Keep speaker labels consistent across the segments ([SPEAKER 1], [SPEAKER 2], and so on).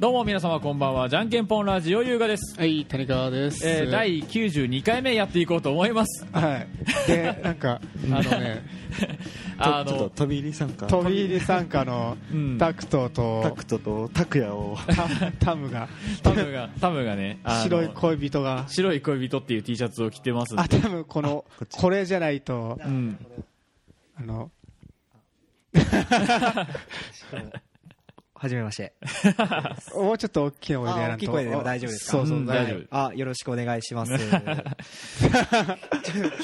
[SPEAKER 1] どうも皆様こんばんはじゃんけんぽんラジオ優雅です、
[SPEAKER 2] はい、谷川です。
[SPEAKER 1] えー、第92回目やっていこうと思います
[SPEAKER 2] はい。で、なんか、あのね、
[SPEAKER 1] あ
[SPEAKER 3] ちょっと
[SPEAKER 1] の
[SPEAKER 3] 飛び入り参 加
[SPEAKER 2] 飛び入り参加の
[SPEAKER 1] うん
[SPEAKER 2] タクト
[SPEAKER 3] タ
[SPEAKER 2] と
[SPEAKER 3] クトと拓也を
[SPEAKER 2] タタムが、
[SPEAKER 1] タムがタムがねあの
[SPEAKER 2] 白い恋人が、
[SPEAKER 1] 白い恋人っていう T シャツを着てますんで
[SPEAKER 2] あ、タム、この、
[SPEAKER 3] こっち
[SPEAKER 2] これじゃないと、
[SPEAKER 1] うん、
[SPEAKER 2] あの、
[SPEAKER 4] はじめまして。
[SPEAKER 2] もうちょっと大きな声でやらんと。
[SPEAKER 4] あ大きい声でも大丈夫ですか
[SPEAKER 2] そうそうう、
[SPEAKER 1] ん
[SPEAKER 2] 大
[SPEAKER 1] 大
[SPEAKER 2] 丈
[SPEAKER 1] 丈
[SPEAKER 2] 夫。
[SPEAKER 1] 夫
[SPEAKER 4] あ、よろしくお願い します。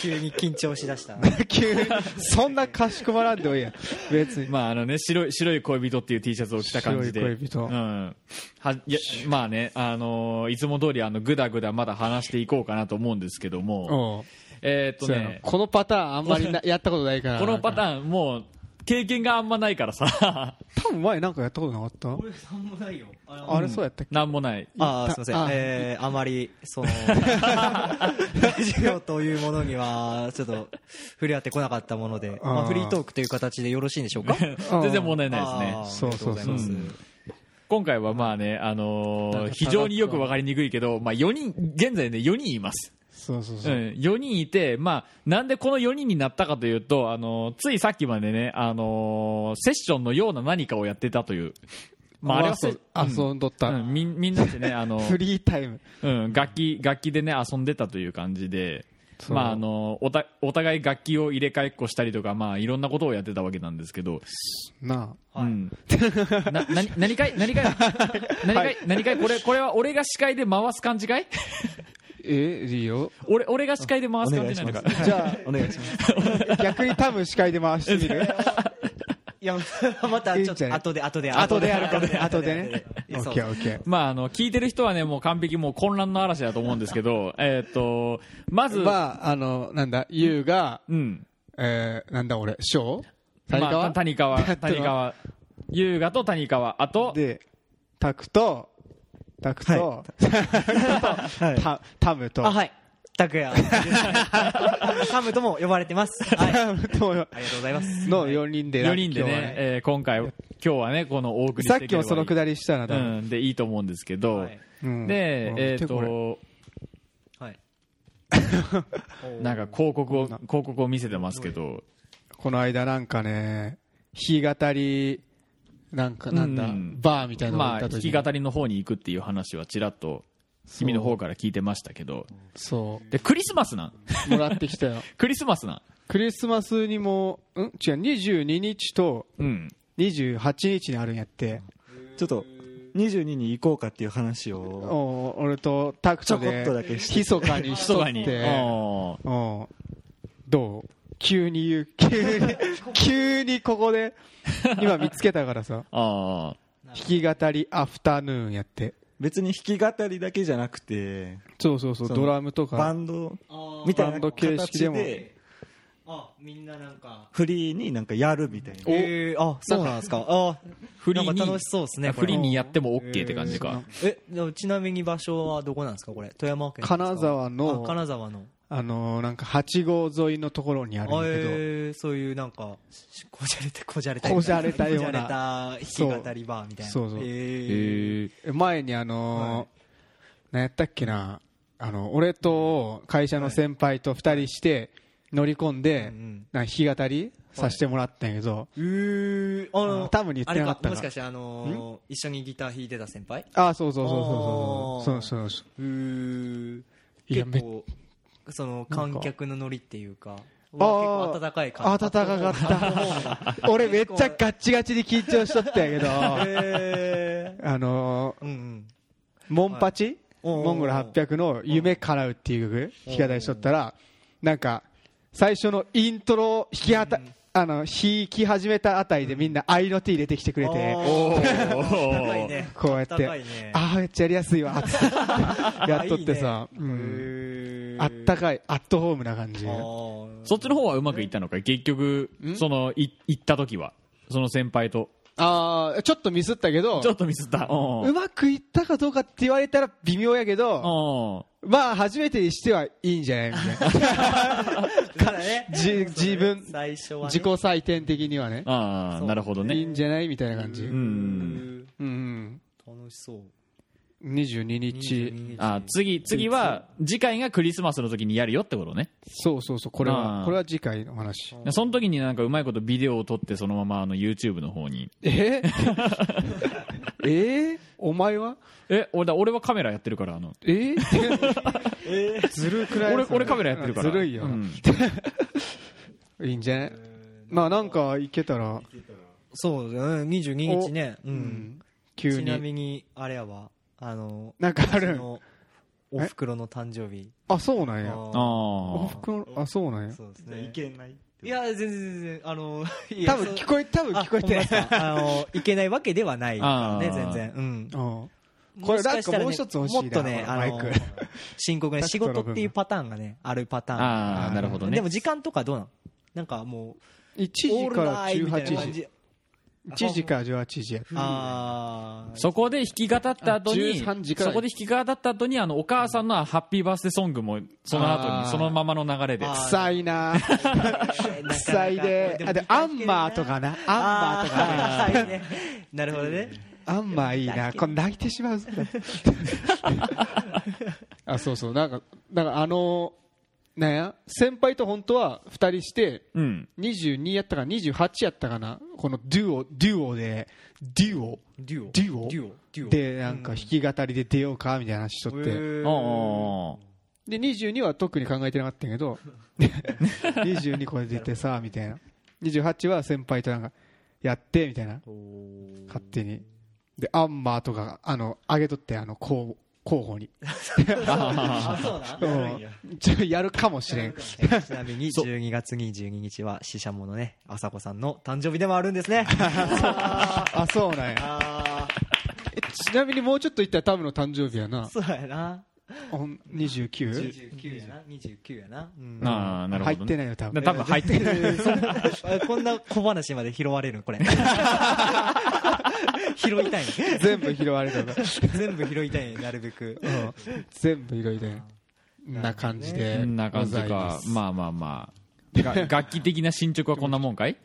[SPEAKER 4] 急に緊張しだした。
[SPEAKER 2] 急に、そんなかしこまらんでもいいや。別 に。
[SPEAKER 1] まああのね白い白い恋人っていう T シャツを着た感じで
[SPEAKER 2] 白い恋人
[SPEAKER 1] うん、はいやまあねあのーいつも通りあのグダグダまだ話していこうかなと思うんですけども
[SPEAKER 2] うん
[SPEAKER 1] えーっと
[SPEAKER 2] そうやな
[SPEAKER 1] ね
[SPEAKER 2] このパターンあんまりなやったことないから。
[SPEAKER 1] このパタ
[SPEAKER 2] ーン。
[SPEAKER 1] ーンもう経験があんまないからさ
[SPEAKER 2] 多分前なんかやったことなかった
[SPEAKER 4] 俺さんもないよ。あ
[SPEAKER 2] あれそうやったっけ
[SPEAKER 1] なんもない
[SPEAKER 4] あー、すみません
[SPEAKER 2] あ。
[SPEAKER 4] えー、あまり、その、ラジオというものには、ちょっと、触れ合ってこなかったもので、ま
[SPEAKER 2] あー
[SPEAKER 4] あ、フリートークという形でよろしいんでしょうか
[SPEAKER 1] 全然問題ないですね
[SPEAKER 4] あー
[SPEAKER 2] そうそうそう
[SPEAKER 4] ありがとございます
[SPEAKER 1] 今回はまあね、あのー
[SPEAKER 2] なんか
[SPEAKER 1] 非常によくわかりにくいけど、まあ、4人現在ね4人います、
[SPEAKER 2] そうそう
[SPEAKER 1] う
[SPEAKER 2] そ
[SPEAKER 1] ん
[SPEAKER 2] う。、
[SPEAKER 1] 4人いて、まあ、なんでこの4人になったかというと、あのーついさっきまでね、あのーセッションのような何かをやってたという、まあ、あれは
[SPEAKER 2] そ
[SPEAKER 1] せ
[SPEAKER 2] う、遊んどった
[SPEAKER 1] う。ん、みんみんなでね、あのー
[SPEAKER 2] フリータイム。
[SPEAKER 1] うん、楽器楽器でね遊んでたという感じで。
[SPEAKER 2] そう
[SPEAKER 1] まああのーおたお互い楽器を入れ替えっこしたりとか、まあ、いろんなことをやってたわけなんですけど、
[SPEAKER 2] な
[SPEAKER 1] うん、な何何回何回何回何回これこれは俺が司会で回す感じかい
[SPEAKER 2] あ。え、いいよ。
[SPEAKER 1] 俺俺が司会で回す
[SPEAKER 3] お
[SPEAKER 1] 感
[SPEAKER 3] 願い
[SPEAKER 1] じな
[SPEAKER 3] し
[SPEAKER 1] のか
[SPEAKER 3] ます
[SPEAKER 2] じゃ
[SPEAKER 3] お願いします
[SPEAKER 2] あ、逆にタム司会で回してみる
[SPEAKER 4] いや、また、ちょっと、後で、後で、後で、
[SPEAKER 2] 後で後でね。オ
[SPEAKER 4] 後
[SPEAKER 2] ッ
[SPEAKER 4] で
[SPEAKER 2] ケーオッケー。
[SPEAKER 1] まああの聞いてる人はねもう完璧もう混乱の嵐だと思うんですけどえっとまず、
[SPEAKER 2] まあ、あの、なんだ、ゆうが、
[SPEAKER 1] うん
[SPEAKER 2] えー、なんだ俺、しょう
[SPEAKER 1] まあ谷
[SPEAKER 2] 谷
[SPEAKER 1] 川
[SPEAKER 2] やって
[SPEAKER 1] 谷
[SPEAKER 2] ま
[SPEAKER 1] 川優雅と谷川あと
[SPEAKER 2] すで、タクと、タクと、
[SPEAKER 3] はい
[SPEAKER 2] タタムと、
[SPEAKER 4] あ、はい。拓 也。ハムとも呼ばれてます。 はい。
[SPEAKER 2] タムと
[SPEAKER 4] ありがとうございます。
[SPEAKER 2] の4人で、
[SPEAKER 1] 4人でね
[SPEAKER 2] 今日は
[SPEAKER 1] えー今回今日はねこのお送り
[SPEAKER 2] さ
[SPEAKER 1] し
[SPEAKER 2] って
[SPEAKER 1] い
[SPEAKER 2] き
[SPEAKER 1] ければ
[SPEAKER 2] もそのくだりしたな、多分
[SPEAKER 1] うんでいいと思うんですけど、
[SPEAKER 4] はい
[SPEAKER 2] うん
[SPEAKER 1] で、
[SPEAKER 2] うん
[SPEAKER 1] えっ、
[SPEAKER 2] 見てこれ
[SPEAKER 1] と
[SPEAKER 4] はい。
[SPEAKER 1] なんか広告を広告を見せてますけど
[SPEAKER 2] この間なんかね、弾き語り、なんか、なんだ、
[SPEAKER 1] うん
[SPEAKER 2] バーみたいなの行
[SPEAKER 1] ま
[SPEAKER 2] っ
[SPEAKER 1] あ、
[SPEAKER 2] た
[SPEAKER 1] 弾
[SPEAKER 2] 時
[SPEAKER 1] き
[SPEAKER 2] に
[SPEAKER 1] 語りの方に行くっていう話はちらっと君の方から聞いてましたけど
[SPEAKER 2] そ
[SPEAKER 1] でクリスマスなん
[SPEAKER 2] う、もらってきたよ。
[SPEAKER 1] クリスマスなん
[SPEAKER 2] クリスマスにも、ん違う、22日と
[SPEAKER 1] うん
[SPEAKER 2] 28日にあるんやって、
[SPEAKER 3] ちょっと22に行こうかっていう話を
[SPEAKER 2] お俺とタクト
[SPEAKER 3] ちょこっとだ
[SPEAKER 2] で、
[SPEAKER 3] けして
[SPEAKER 2] 密かにし
[SPEAKER 1] 密
[SPEAKER 2] とっ
[SPEAKER 1] かに
[SPEAKER 2] て、
[SPEAKER 1] おー
[SPEAKER 2] うんどう急に言う、 急に、急にここで、今見つけたからさ、
[SPEAKER 1] あ
[SPEAKER 2] 弾き語りアフタヌーンやって。
[SPEAKER 3] 別に弾き語りだけじゃなくて
[SPEAKER 2] そうそうそう、
[SPEAKER 3] その
[SPEAKER 2] ドラムと
[SPEAKER 3] バ
[SPEAKER 2] か、
[SPEAKER 3] ンドみたい
[SPEAKER 2] バン
[SPEAKER 3] な
[SPEAKER 2] ド形式
[SPEAKER 3] 形
[SPEAKER 2] でも
[SPEAKER 3] で
[SPEAKER 4] あ、みんななんか。
[SPEAKER 3] フリーになんかやるみたいな
[SPEAKER 4] えー、あ、そうなんです か。あ、
[SPEAKER 1] フリー
[SPEAKER 4] なん
[SPEAKER 1] に
[SPEAKER 4] か楽しそうですね。こ
[SPEAKER 1] フ
[SPEAKER 4] れ
[SPEAKER 1] リーにやっても OK って感じか、
[SPEAKER 4] え、でもちなみに場所はどこなんですか、これ。富山県ですか。
[SPEAKER 2] 金沢の
[SPEAKER 4] あ金沢の。
[SPEAKER 2] あのー、なんか8号沿いのところにあるんや
[SPEAKER 4] あ
[SPEAKER 2] け
[SPEAKER 4] えー、そういうなんか、しこじゃれて、こじゃれた。
[SPEAKER 2] こじゃれたような
[SPEAKER 4] こじゃれた弾き語りバーみたいな。
[SPEAKER 2] そうそうそう
[SPEAKER 4] え
[SPEAKER 1] え
[SPEAKER 4] ー
[SPEAKER 2] ど、前にあのー、なんやったっけな、あの、俺と会社の先輩と2人して乗り込んで
[SPEAKER 4] うんうん、
[SPEAKER 2] なんか弾き語りさせてもらったんやけど、
[SPEAKER 4] えー、あの、
[SPEAKER 2] あタムに言ってなかった
[SPEAKER 4] あ
[SPEAKER 2] な
[SPEAKER 4] れもしかして、あのー、一緒にギター弾いてた先輩
[SPEAKER 2] あそうそうそうそうそうそうそうそう
[SPEAKER 4] うー
[SPEAKER 2] いや
[SPEAKER 4] 結構その観客のノリっていうかう
[SPEAKER 2] あー
[SPEAKER 4] わ結構温かい
[SPEAKER 2] 暖
[SPEAKER 4] 感じ
[SPEAKER 2] かかった俺めっちゃガッチガチに緊張しとったん やけど
[SPEAKER 4] え
[SPEAKER 2] あの
[SPEAKER 4] ー、うんうん
[SPEAKER 2] ーモンパチ
[SPEAKER 4] おー
[SPEAKER 2] モンゴル800の「夢叶う」っていう曲弾き語りしとったらなんか最初のイントロを弾きはたあの弾き始めたあたりでみんな合いの手入れてきてくれて
[SPEAKER 4] あー
[SPEAKER 1] お
[SPEAKER 4] 高い
[SPEAKER 1] ー
[SPEAKER 4] ね
[SPEAKER 2] こうやって
[SPEAKER 4] 高いね
[SPEAKER 2] ああめっちゃやりやすい わっつってやっとってさ
[SPEAKER 4] いいね
[SPEAKER 2] うん
[SPEAKER 4] へー
[SPEAKER 2] あったかいアットホームな感じ
[SPEAKER 4] あー
[SPEAKER 1] そっちの方はうまくいったのか結局そのい行った時はその先輩と
[SPEAKER 2] ああちょっとミスったけど
[SPEAKER 1] ちょっとミスったうん
[SPEAKER 2] うまくいったかどうかって言われたら微妙やけ
[SPEAKER 1] うん
[SPEAKER 2] ど、まあ初めてにしてはいいんじゃないみた いな。
[SPEAKER 4] ただね
[SPEAKER 2] じ自分、
[SPEAKER 4] 最初はね
[SPEAKER 2] 自己採点的にはね、
[SPEAKER 1] ああなるほど
[SPEAKER 2] いい
[SPEAKER 1] ね
[SPEAKER 2] んじゃないみたいな感じ。
[SPEAKER 1] う
[SPEAKER 2] うんん。
[SPEAKER 4] 楽しそう
[SPEAKER 2] 22日
[SPEAKER 4] 22日
[SPEAKER 1] あ次次は次回がクリスマスの時にやるよってことね
[SPEAKER 2] そうそうそうこれ
[SPEAKER 1] あー
[SPEAKER 2] はこれは次回の話
[SPEAKER 1] でその時になんかうまいことビデオを撮ってそのままあの YouTube の方に
[SPEAKER 2] え え ーお前は
[SPEAKER 1] え俺だ俺はカメラやってるからあの
[SPEAKER 2] え ずるくらい
[SPEAKER 1] 俺俺カメラやってるから
[SPEAKER 2] ずるいよ、
[SPEAKER 1] うん
[SPEAKER 2] いいんじゃないまあなんか行けたら、
[SPEAKER 4] そうだね22日ねう
[SPEAKER 2] うんん、急
[SPEAKER 4] ちな
[SPEAKER 2] に
[SPEAKER 4] みにあれやわあの
[SPEAKER 2] なんかあ
[SPEAKER 4] うち
[SPEAKER 2] る
[SPEAKER 4] のおふくろの誕生日
[SPEAKER 2] あそうなんや
[SPEAKER 4] あ
[SPEAKER 2] お
[SPEAKER 1] あ
[SPEAKER 2] ふくろあそうなんや
[SPEAKER 4] そうです
[SPEAKER 3] じゃあい
[SPEAKER 4] ね
[SPEAKER 3] けない
[SPEAKER 4] いや全然全然あのいや
[SPEAKER 2] 多分
[SPEAKER 4] そう
[SPEAKER 2] 聞こえ多分
[SPEAKER 4] あ
[SPEAKER 2] 聞こえて
[SPEAKER 4] ほんまですかあのいけないわけではないからね
[SPEAKER 1] あー
[SPEAKER 4] 全然うん
[SPEAKER 2] うんこれなんかもう一つ欲しいな
[SPEAKER 4] もっとねあの
[SPEAKER 2] マイク
[SPEAKER 4] 深刻な
[SPEAKER 2] タク
[SPEAKER 4] 仕
[SPEAKER 2] トの部分
[SPEAKER 4] 事っていうパターンがねあるパターン
[SPEAKER 1] ああなるほどね
[SPEAKER 4] でも時間とかどうなのなんかも
[SPEAKER 2] 1
[SPEAKER 4] う
[SPEAKER 2] 時から
[SPEAKER 4] オールナイトみた
[SPEAKER 2] 18
[SPEAKER 4] いな
[SPEAKER 2] 時
[SPEAKER 4] 感じ
[SPEAKER 2] 1時から18時や
[SPEAKER 4] ああ
[SPEAKER 1] そこで弾き語った後に
[SPEAKER 2] 13時から
[SPEAKER 1] そこで弾き語った後にあのお母さんのハッピーバースデーソングもその後
[SPEAKER 2] あ
[SPEAKER 1] に
[SPEAKER 2] ー
[SPEAKER 1] そのままの流れで
[SPEAKER 4] あー
[SPEAKER 2] 臭いな 臭いであでアンマーとかなアンマーとかね
[SPEAKER 4] あーいいね なるほどね
[SPEAKER 2] アンマーいいなこれ泣いてしまう あそうそうなんかなんかあのなんや先輩と本当は2人して
[SPEAKER 1] うん
[SPEAKER 2] 22やったか28やったかなこのデュオデュオでデュオ
[SPEAKER 4] デュオ
[SPEAKER 2] デュオ
[SPEAKER 4] デュオデュオ
[SPEAKER 2] でなんか弾き語りで出ようかみたいな話しとって、
[SPEAKER 1] おーお
[SPEAKER 2] で22は特に考えてなかったんやけ ど22これ出てさみたいな28は先輩となんかやってみたいな勝手にでアンマーとかあの上げとってあの候候補に
[SPEAKER 4] あそうな
[SPEAKER 2] うんちょっとやるかもし れん
[SPEAKER 4] ちなみに12月22日は死者ものね朝子さんの誕生日でもあるんですね
[SPEAKER 2] あそうなんや
[SPEAKER 4] あ
[SPEAKER 2] えちなみにもうちょっといったらタムの誕生日やな
[SPEAKER 4] あそうやな
[SPEAKER 2] ほん 29?
[SPEAKER 4] 29やな29やな うん
[SPEAKER 1] ーああなるほ
[SPEAKER 2] 入っ
[SPEAKER 1] どね
[SPEAKER 2] てないよ多
[SPEAKER 1] で
[SPEAKER 2] 分
[SPEAKER 1] 多分入ってる
[SPEAKER 4] あこんな小話まで拾われるの これ拾いたい
[SPEAKER 2] 全部拾われ たから
[SPEAKER 4] 全部拾いたいなるべく
[SPEAKER 2] うん全部いろいろな感じで
[SPEAKER 1] こんな感じ
[SPEAKER 2] ございま
[SPEAKER 1] か
[SPEAKER 2] す
[SPEAKER 1] まあまあまあが 楽器的な進捗はこんなもんかい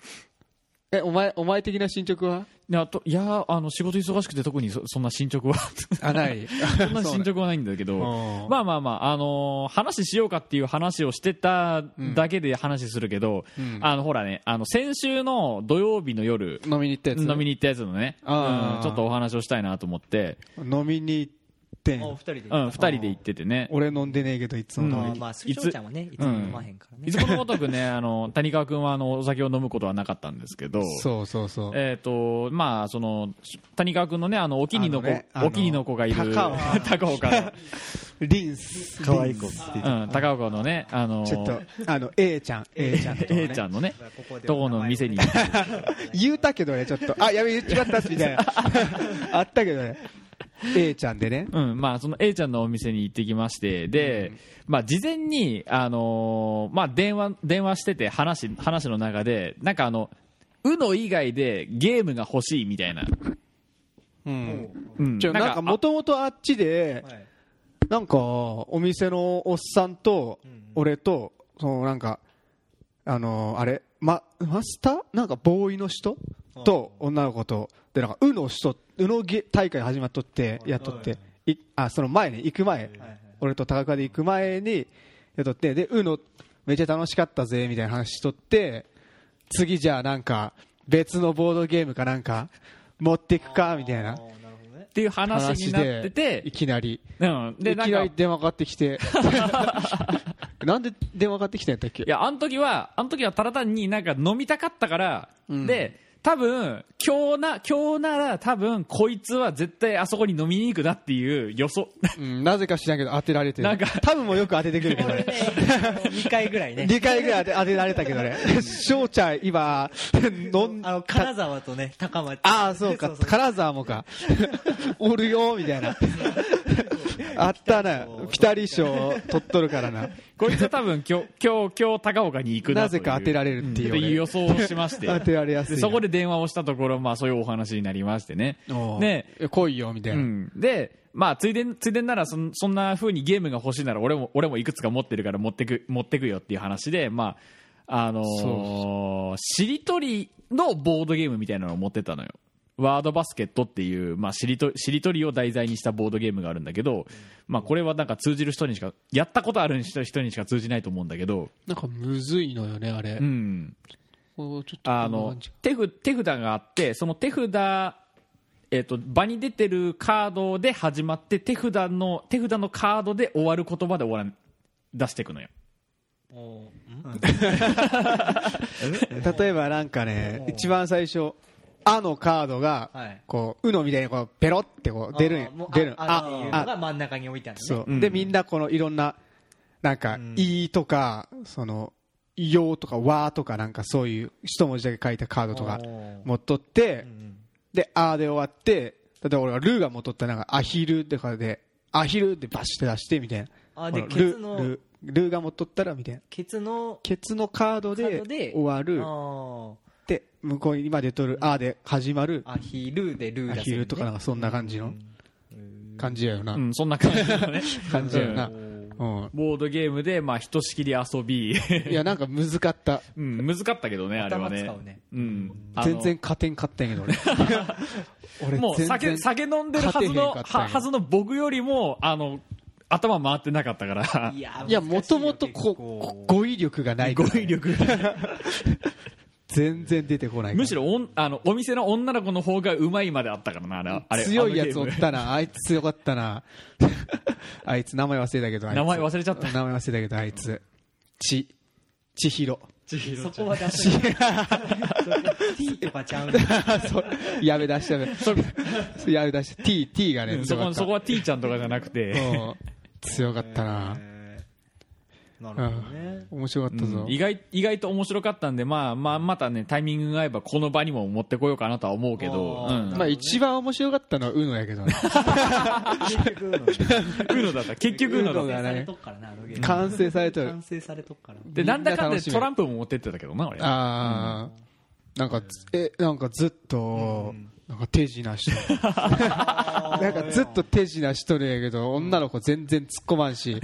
[SPEAKER 2] えお前お前的な進捗はい
[SPEAKER 1] やといやあの仕事忙しくて特にそそんな進捗は
[SPEAKER 2] あない
[SPEAKER 1] そんな進捗はないんだけど、
[SPEAKER 2] うん
[SPEAKER 1] まあまあまあ、あのー話しようかっていう話をしてただけで話するけど、
[SPEAKER 2] うん
[SPEAKER 1] あのほらねあの先週の土曜日の夜
[SPEAKER 2] 飲みに行ったやつ
[SPEAKER 1] 飲みに行ったやつのね、
[SPEAKER 2] あー
[SPEAKER 1] うんちょっとお話をしたいなと思って、
[SPEAKER 2] 飲みに行ってん
[SPEAKER 4] お二人で
[SPEAKER 1] うん、2人で行っててね
[SPEAKER 2] 俺飲んでねえけどいつも
[SPEAKER 4] ま
[SPEAKER 2] 飲
[SPEAKER 4] あ
[SPEAKER 2] みに
[SPEAKER 4] まあ水晶ちゃんはねいつも飲まへんからね
[SPEAKER 1] いつものごとく ねあの谷川君はあのお酒を飲むことはなかったんですけど
[SPEAKER 2] そうそうそう
[SPEAKER 1] えっ、とまあその谷川君のねあのお気に入りの子
[SPEAKER 2] あのねあの
[SPEAKER 1] お気に入りの子がいる
[SPEAKER 2] 高岡
[SPEAKER 1] 高岡
[SPEAKER 2] リンス
[SPEAKER 3] 可愛い子
[SPEAKER 2] リン
[SPEAKER 3] って
[SPEAKER 2] ス
[SPEAKER 3] 言って
[SPEAKER 1] の、うん、高岡のねあの
[SPEAKER 2] ちょっとあの A ちゃん A ちゃんとか
[SPEAKER 1] A
[SPEAKER 2] ね
[SPEAKER 1] ちゃんのね
[SPEAKER 4] ここで
[SPEAKER 1] とこの店に行って
[SPEAKER 2] 言うたけどねちょっとあやべ言っちまったっすみたいなあったけどね A ちゃんでね
[SPEAKER 1] うん、まあ、その A ちゃんのお店に行ってきまして、で、まあ、事前に、あのーまあ、電話、電話してて、話、話の中で、なんかあの、うの以外でゲームが欲しいみたいな。
[SPEAKER 2] うん
[SPEAKER 1] うん。
[SPEAKER 2] ちょなんかも
[SPEAKER 1] あ
[SPEAKER 2] ともとあっちで
[SPEAKER 4] はい
[SPEAKER 2] なんかお店のおっさんと俺とそのなんかあのーあれママスターなんかボーイの人と女の子とでなんかうの人うのゲ大会始まっとってやっとっていあその前ね行く前俺と高岡で行く前にやっとってでうのめっちゃ楽しかったぜみたいな話しとって次じゃあなんか別のボードゲームかなんか持っていくかみたいな
[SPEAKER 4] あーなるほどね
[SPEAKER 1] っていう話に
[SPEAKER 2] 話
[SPEAKER 1] なって
[SPEAKER 2] で
[SPEAKER 1] て
[SPEAKER 2] い、きなり
[SPEAKER 1] うん。で、
[SPEAKER 2] い
[SPEAKER 1] なん
[SPEAKER 2] き
[SPEAKER 1] か、
[SPEAKER 2] なり
[SPEAKER 1] い
[SPEAKER 2] 電話かかってきて なんで電話かかってきたんやったっけ
[SPEAKER 1] や、あの時は、あの時はただ単になんか飲みたかったから、
[SPEAKER 2] ん
[SPEAKER 1] で、多分、今日な、今日なら多分、こいつは絶対あそこに飲みに行くなっていう予想、
[SPEAKER 2] うんなぜか知らんけど当てられてる
[SPEAKER 1] なんか
[SPEAKER 2] 多分もよく当ててくるけど
[SPEAKER 4] これ
[SPEAKER 2] ね
[SPEAKER 4] ね2回ぐらいね
[SPEAKER 2] 2回ぐらい当て当てられたけどね翔ちゃん今飲ん
[SPEAKER 4] あの金沢とね高松
[SPEAKER 2] ああそうか金沢もかおるよみたいなあったなピタリ賞取っとるからな
[SPEAKER 1] こいつは多分、今日、今日、今日、高岡に行くな
[SPEAKER 2] な
[SPEAKER 1] という
[SPEAKER 2] ぜか当てられるっていう
[SPEAKER 1] って
[SPEAKER 2] 俺
[SPEAKER 1] いう 予想をしまして
[SPEAKER 2] 当てられやすい
[SPEAKER 1] で
[SPEAKER 2] な
[SPEAKER 1] そこで電話をしたところ、まあ、そういうお話になりましてね
[SPEAKER 2] おう
[SPEAKER 1] ね、
[SPEAKER 2] え来いよみたいうな、
[SPEAKER 1] ん、で、まあ、ついでついでならそんそんな風にゲームが欲しいなら俺も俺もいくつか持ってるから持ってく持ってくよっていう話で、まああのー
[SPEAKER 2] そう
[SPEAKER 1] しりとりのボードゲームみたいなのを持ってったのよ。ワードバスケットっていう、まあ、しりとしりとりを題材にしたボードゲームがあるんだけど、まあ、これはなんか通じる人にしかやったことある人人にしか通じないと思うんだけど、
[SPEAKER 2] なんかむずいのよねあれ、
[SPEAKER 1] うん、
[SPEAKER 2] こうちょっと
[SPEAKER 1] あ
[SPEAKER 2] こんな
[SPEAKER 1] の
[SPEAKER 2] 感じ
[SPEAKER 1] 手札手札があってその手札、えっと場に出てるカードで始まって手札の手札のカードで終わる言葉で終わら出していくのよ
[SPEAKER 2] 例えばなんかね一番最初「あ」のカードが
[SPEAKER 4] はい
[SPEAKER 2] こう「うの」みたいにこうペロってこう出るんよ
[SPEAKER 4] あもう
[SPEAKER 2] 出るん
[SPEAKER 4] ああっていうのが真ん中に置いてある
[SPEAKER 2] そう
[SPEAKER 4] ね。
[SPEAKER 1] うん
[SPEAKER 2] でみんなこのいろんななんか
[SPEAKER 4] ん
[SPEAKER 2] 「い」とか「そのよ」とか「わ」とかなんかそういう一文字だけ書いたカードとか
[SPEAKER 4] おー
[SPEAKER 2] 持っとって
[SPEAKER 4] うん
[SPEAKER 2] で「あ」で終わって例えば俺は「ルー」が持っとったらなんか「アヒル」とかで「アヒル」ってバシって出してみたいな
[SPEAKER 4] あで
[SPEAKER 2] この
[SPEAKER 4] ケツ
[SPEAKER 2] ル
[SPEAKER 4] の
[SPEAKER 2] ルルーが持っとったらみたいな
[SPEAKER 4] ケツの、
[SPEAKER 2] ケツのカード
[SPEAKER 4] カー
[SPEAKER 2] で
[SPEAKER 4] ドで
[SPEAKER 2] 終わる
[SPEAKER 4] あ
[SPEAKER 2] で向こうに今出とる「あ」で始まる
[SPEAKER 4] ーアヒルでルー
[SPEAKER 2] ア
[SPEAKER 4] 出せ
[SPEAKER 2] ヒ
[SPEAKER 4] るね
[SPEAKER 2] ルとかなんかそんな感じの感じやよな、
[SPEAKER 1] うん、そんな感じのね
[SPEAKER 2] 感じやよな、
[SPEAKER 4] おー
[SPEAKER 2] うん
[SPEAKER 1] ボードゲームで、まあ、ひとしきり遊び、
[SPEAKER 2] いやなんか難かった
[SPEAKER 1] うん、難かったけどねあれは
[SPEAKER 4] 頭
[SPEAKER 1] ね
[SPEAKER 4] 使うね。
[SPEAKER 1] うん、あの
[SPEAKER 2] 全然加点勝ったんやけどね 俺
[SPEAKER 1] もう酒酒飲んでるはずの
[SPEAKER 2] 勝てへんかったん
[SPEAKER 1] は
[SPEAKER 2] や
[SPEAKER 1] はずの僕よりもあの頭回ってなかったから
[SPEAKER 4] いや
[SPEAKER 2] いやもともとここ語彙力がないから、ね、語彙力全然出てこないから
[SPEAKER 1] むしろおんあのお店の女の子の方がうまいまであったからなあれあれ
[SPEAKER 2] 強いやつお
[SPEAKER 1] あのゲー
[SPEAKER 2] っ
[SPEAKER 1] ム
[SPEAKER 2] たなあいつ強かったな あいつ名前忘れたけどあいつ
[SPEAKER 1] 名前忘れちゃった
[SPEAKER 2] 名前忘れたけどあいつち千尋
[SPEAKER 4] そこは出せない。T とかちゃうんだ
[SPEAKER 2] そうやべ出したやべやべ出した TT がね、
[SPEAKER 1] うんそ
[SPEAKER 2] 強か
[SPEAKER 1] こ
[SPEAKER 2] った
[SPEAKER 1] そこは T ちゃんとかじゃなくて、
[SPEAKER 2] うん強かったな、
[SPEAKER 4] えーなるほどね。
[SPEAKER 2] 面白かったぞ、
[SPEAKER 1] 意外意外と面白かったんで、まあまあ、またねタイミングが合えばこの場にも持ってこようかなとは思うけど
[SPEAKER 4] あー
[SPEAKER 1] うん
[SPEAKER 2] まあ一番面白かったのは UNO やけ どね
[SPEAKER 4] 結局のね、
[SPEAKER 1] UNO だった結局 UNO だ
[SPEAKER 2] う
[SPEAKER 1] っ
[SPEAKER 2] ん
[SPEAKER 1] た
[SPEAKER 4] 完成されとっからな、あのゲーム
[SPEAKER 2] 完成されとる
[SPEAKER 4] 完成されとっから。
[SPEAKER 1] でなんだかん
[SPEAKER 2] み
[SPEAKER 1] だ
[SPEAKER 2] んな楽しみ
[SPEAKER 1] トランプも持ってってたけどな俺
[SPEAKER 2] ああ、なんかずえなんかずっと、なんか手品し とるなんかずっと手品しとるんやけど女の子全然突っ込まん し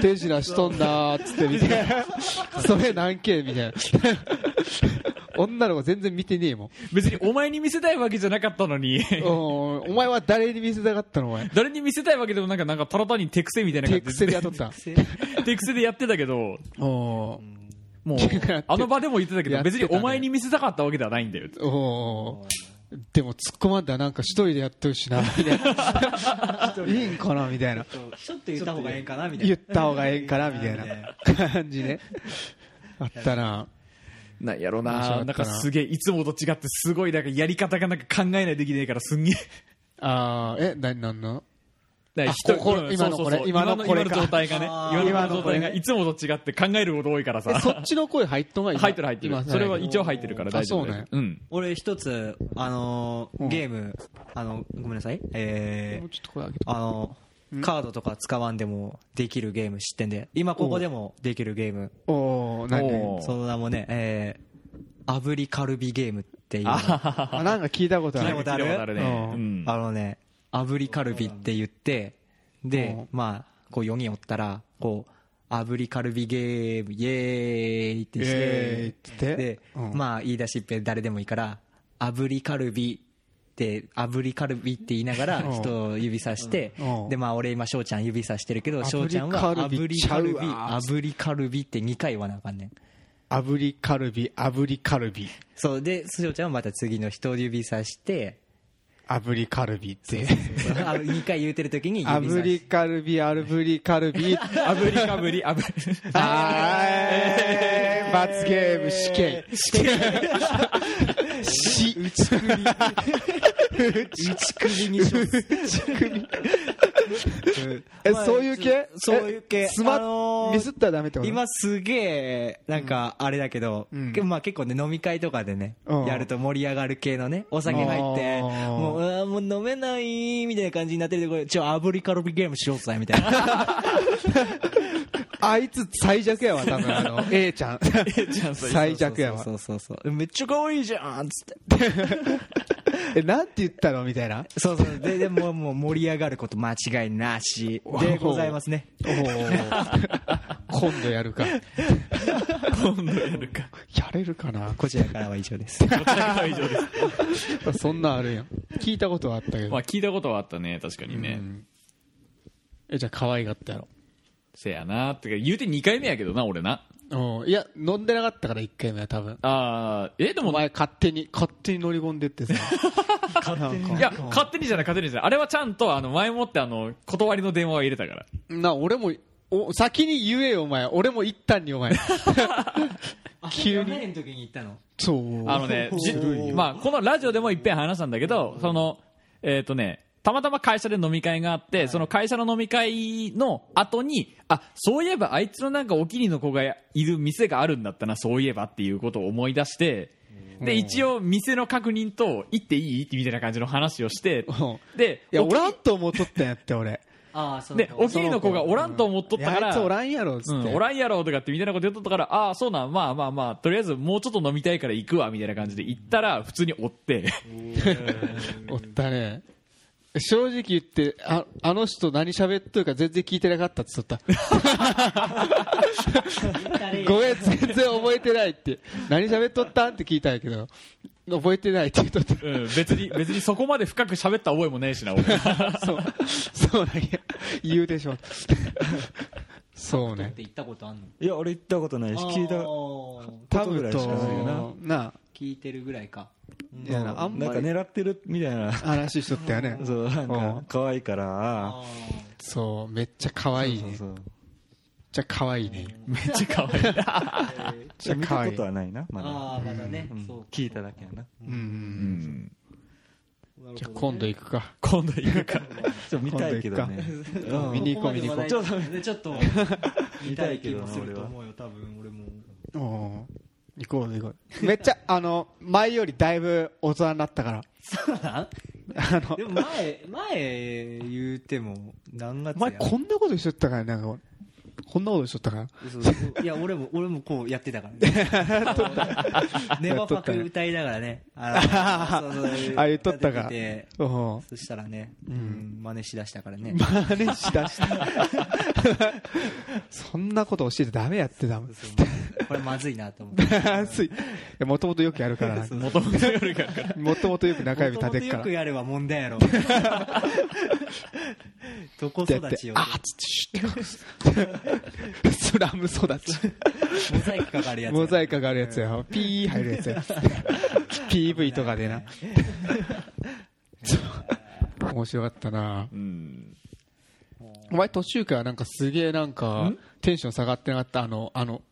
[SPEAKER 2] 手品しとんなーっつって 見てそれ何けみたいな女の子全然見てねえもん
[SPEAKER 1] 別にお前に見せたいわけじゃなかったのに
[SPEAKER 2] おーお前は誰に見せたかったのお前
[SPEAKER 1] 誰に見せたいわけでもなんかなんかただ単に手癖みたいな感
[SPEAKER 2] 手
[SPEAKER 1] じ
[SPEAKER 2] 癖でやっとった
[SPEAKER 1] 手癖でやってたけど
[SPEAKER 2] お
[SPEAKER 1] もう
[SPEAKER 2] 手癖やって
[SPEAKER 1] あの場でも言ってたけど
[SPEAKER 2] やってた
[SPEAKER 1] 別
[SPEAKER 2] ね
[SPEAKER 1] にお前に見せたかったわけではないんだよ
[SPEAKER 2] ーおーでも突っ込まんだなんか一人でやってるしなみた いないいんかなみたいな
[SPEAKER 4] ちょっと言った方がええんかな、みたい
[SPEAKER 2] 言
[SPEAKER 4] な
[SPEAKER 2] っ。た方がええんかなみたいな感じねあったな
[SPEAKER 1] なんやろ
[SPEAKER 2] 面白かった
[SPEAKER 1] な
[SPEAKER 2] な
[SPEAKER 1] なんかすげえいつもと違ってすごいなんかやり方がなんか考えないといけないからすんげえ
[SPEAKER 2] あーえ何なんの
[SPEAKER 1] だから
[SPEAKER 2] あ
[SPEAKER 1] 人
[SPEAKER 2] ここ
[SPEAKER 1] うん
[SPEAKER 2] 今の
[SPEAKER 1] そうそう
[SPEAKER 2] これ
[SPEAKER 1] そう
[SPEAKER 2] 今のこれ
[SPEAKER 1] 今
[SPEAKER 2] か
[SPEAKER 1] の状態がね
[SPEAKER 4] あー
[SPEAKER 1] 今の状態
[SPEAKER 2] 今のこ
[SPEAKER 1] が
[SPEAKER 2] れね
[SPEAKER 1] いつもと違って考えること多いから
[SPEAKER 2] え
[SPEAKER 1] さ
[SPEAKER 2] そっちの声入っとんが今
[SPEAKER 1] 入ってる入って
[SPEAKER 2] 今
[SPEAKER 1] る
[SPEAKER 2] さ
[SPEAKER 1] それは一応入ってるから大丈夫
[SPEAKER 2] あそうね
[SPEAKER 1] うん
[SPEAKER 4] 俺一つ、あのー、ゲーム、あの、ごめんなさい。え
[SPEAKER 2] も
[SPEAKER 4] ー
[SPEAKER 2] うちょっと声上げ
[SPEAKER 4] あの、カードとか使わんでもできるゲーム知ってんで、今ここでもできるゲーム、
[SPEAKER 2] おおー何
[SPEAKER 1] おー
[SPEAKER 4] その名もね、えー、炙りカルビゲームっていうの。
[SPEAKER 2] あなんか聞いたことあ
[SPEAKER 4] 聞いたこ
[SPEAKER 2] る
[SPEAKER 4] とある
[SPEAKER 1] 聞いたことあるね
[SPEAKER 2] う
[SPEAKER 1] うん
[SPEAKER 4] あのね、炙りカルビって言って、
[SPEAKER 2] う
[SPEAKER 4] で
[SPEAKER 2] ん、
[SPEAKER 4] まあ、こう4人おったら、こう、炙りカルビゲーム、イエーイってし、
[SPEAKER 2] イエーイってて言って
[SPEAKER 4] で、
[SPEAKER 2] うん
[SPEAKER 4] まあ、言い出しっぺ誰でもいいから、炙りカルビって、炙りカルビって言いながら、
[SPEAKER 2] うん
[SPEAKER 4] 人を指さして
[SPEAKER 2] うん、
[SPEAKER 4] で、まあ、俺今、翔ちゃん指さしてるけど、翔ちゃんは、
[SPEAKER 2] 炙
[SPEAKER 4] 炙
[SPEAKER 2] り
[SPEAKER 4] り
[SPEAKER 2] カ
[SPEAKER 4] カ
[SPEAKER 2] ル
[SPEAKER 4] ル
[SPEAKER 2] ビちゃ
[SPEAKER 4] ビ、
[SPEAKER 2] うわ
[SPEAKER 4] 炙りカルビって2回言わなあかんねん。
[SPEAKER 2] 炙りカルビ炙りカルビ
[SPEAKER 4] そう、で、翔ちゃんはまた次の人を指さ して、
[SPEAKER 2] 炙りカルビ って
[SPEAKER 4] 2回言うてる時に指さして。
[SPEAKER 2] 炙りカルビ炙りカルビ
[SPEAKER 1] 炙りかぶり炙り
[SPEAKER 2] あー罰ゲーム死刑死刑死打ち首
[SPEAKER 4] 打ち首にしょ
[SPEAKER 2] えそういう系
[SPEAKER 4] そういう系
[SPEAKER 2] えスマ
[SPEAKER 4] あのー
[SPEAKER 2] ミスったらダメってこと
[SPEAKER 4] 今すげえなんかあれだけど、
[SPEAKER 2] ん
[SPEAKER 4] けまあ、結構ね飲み会とかでね、
[SPEAKER 2] うん
[SPEAKER 4] やると盛り上がる系のねお酒入って
[SPEAKER 2] あー
[SPEAKER 4] もううわもう飲めないみたいな感じになってるとこれちょ炙りカロリーゲームしようぜみた いな
[SPEAKER 2] あいつ最弱やわ多分あ の A ちゃん最弱やわ
[SPEAKER 4] そうそうそうそうめっちゃ可愛いじゃんっつって
[SPEAKER 2] えなんて言ったのみたいな
[SPEAKER 4] そうそうででもうもう盛り上がること間違いなしでございますね
[SPEAKER 2] おー今度やるか
[SPEAKER 1] 今度やる か
[SPEAKER 2] やれるかな
[SPEAKER 4] こちらからは以上です。
[SPEAKER 1] こちらからは以上です、
[SPEAKER 2] そんなんあるやん聞いたことはあったけど、
[SPEAKER 1] まあ、聞いたことはあったね確かにね、
[SPEAKER 2] うんえじゃあ可愛かったやろ
[SPEAKER 1] せやなってか言うて2回目やけどな俺な
[SPEAKER 2] うんいや飲んでなかったから1回目は多分
[SPEAKER 1] あーえでも
[SPEAKER 2] お前勝手に勝手に乗り込んでってさ 勝手
[SPEAKER 1] いや勝手にじゃない勝手にじゃないあれはちゃんとあの前もってあの断りの電話を入れたから
[SPEAKER 2] な俺もお先に言えよお前俺も一旦にお 前 急に
[SPEAKER 4] 年の時に行ったの
[SPEAKER 2] そう
[SPEAKER 1] あのね、じまあ、このラジオでもいっぺん話したんだけど、その、えっ、とね、たまたま会社で飲み会があって、その会社の飲み会の後に、あ、そういえばあいつのなんかお気に入りの子がいる店があるんだったな、そういえばっていうことを思い出して、で、一応店の確認と、行っていいみたいな感じの話をして
[SPEAKER 2] うん、
[SPEAKER 1] で、
[SPEAKER 2] いや
[SPEAKER 1] お
[SPEAKER 2] おらんと思っとったんやって俺
[SPEAKER 4] ああ、そう
[SPEAKER 1] で、お気に入りの子がおらんと思っとっ
[SPEAKER 2] い
[SPEAKER 1] た
[SPEAKER 2] や
[SPEAKER 1] から、
[SPEAKER 2] あいつおらんやろっつ
[SPEAKER 1] う
[SPEAKER 2] って、
[SPEAKER 1] ん、おらんやろとかってみたいなこと言っとったからああそうなんまあまあまあとりあえずもうちょっと飲みたいから行くわみたいな感じで行ったら普通に追 って
[SPEAKER 2] おったね正直言ってああの人何喋っとるか全然聞いてなかったっつっとった ごめん全然覚えてないって何喋っとったんって聞いたんやけど覚えてないって言っとった
[SPEAKER 1] うん、別に別にそこまで深く喋った覚えもねえしな俺
[SPEAKER 2] そうそうなんや言うでしょそうね
[SPEAKER 4] て行ったことあんの
[SPEAKER 3] いや俺行ったことないし聞いた
[SPEAKER 2] タ
[SPEAKER 3] ことぐ
[SPEAKER 2] ブ
[SPEAKER 3] らいしかないよな
[SPEAKER 2] とな
[SPEAKER 4] 聞いてるぐらいか。
[SPEAKER 2] いやなあんま
[SPEAKER 3] なんか
[SPEAKER 2] り
[SPEAKER 3] 狙ってるみたいな
[SPEAKER 2] 話しとったよね
[SPEAKER 3] そうなん
[SPEAKER 2] う
[SPEAKER 3] か
[SPEAKER 2] ん
[SPEAKER 3] 可愛いから
[SPEAKER 2] そうめっちゃ可愛いねめっ
[SPEAKER 3] そう
[SPEAKER 2] ちゃ可愛いね
[SPEAKER 1] めっちゃ可愛いな、
[SPEAKER 2] ちゃ
[SPEAKER 3] 見
[SPEAKER 2] 可
[SPEAKER 3] た
[SPEAKER 2] 愛い
[SPEAKER 3] ことはないなまだ
[SPEAKER 4] ああ、まだね
[SPEAKER 3] う。ん
[SPEAKER 4] そう。
[SPEAKER 3] 聞いただけやな
[SPEAKER 2] うんう
[SPEAKER 1] うんん、
[SPEAKER 2] じゃあ今度行くか
[SPEAKER 1] 今度行くか
[SPEAKER 3] ちょっと見たいけどね
[SPEAKER 2] か見に行こう見に行こう
[SPEAKER 4] ちょっと、ちょっと、見たい気もする
[SPEAKER 3] 見たいけどな俺
[SPEAKER 4] と
[SPEAKER 3] は
[SPEAKER 4] 思うよ、多分俺も。
[SPEAKER 2] おー行こう行こうめっちゃあの前よりだいぶ大人になったから
[SPEAKER 4] そうな ん
[SPEAKER 2] あの
[SPEAKER 4] でも前、前言うても、何月
[SPEAKER 2] お
[SPEAKER 4] や
[SPEAKER 2] 前こんなことしとったからねなんかこんなことしとったから
[SPEAKER 4] 嘘嘘いや、俺も、俺もこうやってたか らね。ネバパク歌いながらね。あのそうそう
[SPEAKER 2] あ言っとったか
[SPEAKER 4] やてて
[SPEAKER 2] おー
[SPEAKER 4] そしたらね、うん真似しだしたからね。
[SPEAKER 2] 真似しだした そんなこと教えてダメやってダメ
[SPEAKER 4] そうそうこれまずいなと思っ て。
[SPEAKER 2] 熱いもともとよくやるからな
[SPEAKER 1] もともとよりかから
[SPEAKER 2] もともとよく中指
[SPEAKER 4] もと
[SPEAKER 2] 立
[SPEAKER 4] もと
[SPEAKER 2] てっから
[SPEAKER 4] よくやれば問題や ろ。どこ
[SPEAKER 2] ってやっ
[SPEAKER 4] 育ち
[SPEAKER 2] て
[SPEAKER 4] よ。
[SPEAKER 2] あっつってシュッて隠すスラム育ち
[SPEAKER 4] モザイクかかるやつ。
[SPEAKER 2] モザイ
[SPEAKER 4] ク。
[SPEAKER 2] クがあるやつやピー入るやつや PV とかでなそう面白かったな
[SPEAKER 1] うん
[SPEAKER 2] お前途中からなんかすげえなんかテンション下がってなかったあのあの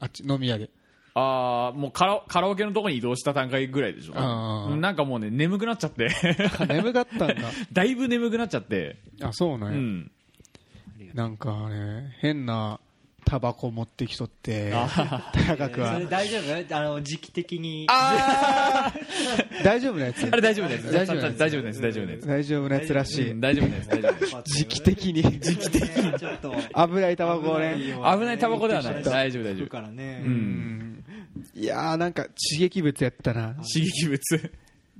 [SPEAKER 2] あっち飲み屋で
[SPEAKER 1] ああもうカラオカラオケのとこに移動した段階ぐらいでしょ
[SPEAKER 2] あー
[SPEAKER 1] なんかもうね眠くなっちゃって
[SPEAKER 2] あ眠かったんだ
[SPEAKER 1] だいぶ眠くなっちゃって
[SPEAKER 2] あそうな
[SPEAKER 1] うん
[SPEAKER 2] や、
[SPEAKER 1] ん
[SPEAKER 2] なんかね変なタバコ持ってきとって高
[SPEAKER 4] そ
[SPEAKER 2] くは
[SPEAKER 4] れ大丈夫あの、時期的に。
[SPEAKER 2] あー大丈夫なやつ
[SPEAKER 1] あれ大丈夫です
[SPEAKER 2] 大丈夫です
[SPEAKER 1] 大丈夫です大丈夫です
[SPEAKER 2] 大丈夫なやつらし
[SPEAKER 1] う
[SPEAKER 2] い
[SPEAKER 1] ん大丈夫です大丈夫です
[SPEAKER 2] 時期的に危
[SPEAKER 4] 期的 に。ちょっと。
[SPEAKER 2] ないタバコを
[SPEAKER 4] 危
[SPEAKER 2] ね
[SPEAKER 4] よ
[SPEAKER 1] 危ないタバコではない
[SPEAKER 4] ちょっと
[SPEAKER 1] 大丈夫大丈夫
[SPEAKER 4] 吹くからね。
[SPEAKER 2] うんいやーなんか刺激物やったな
[SPEAKER 1] 刺激物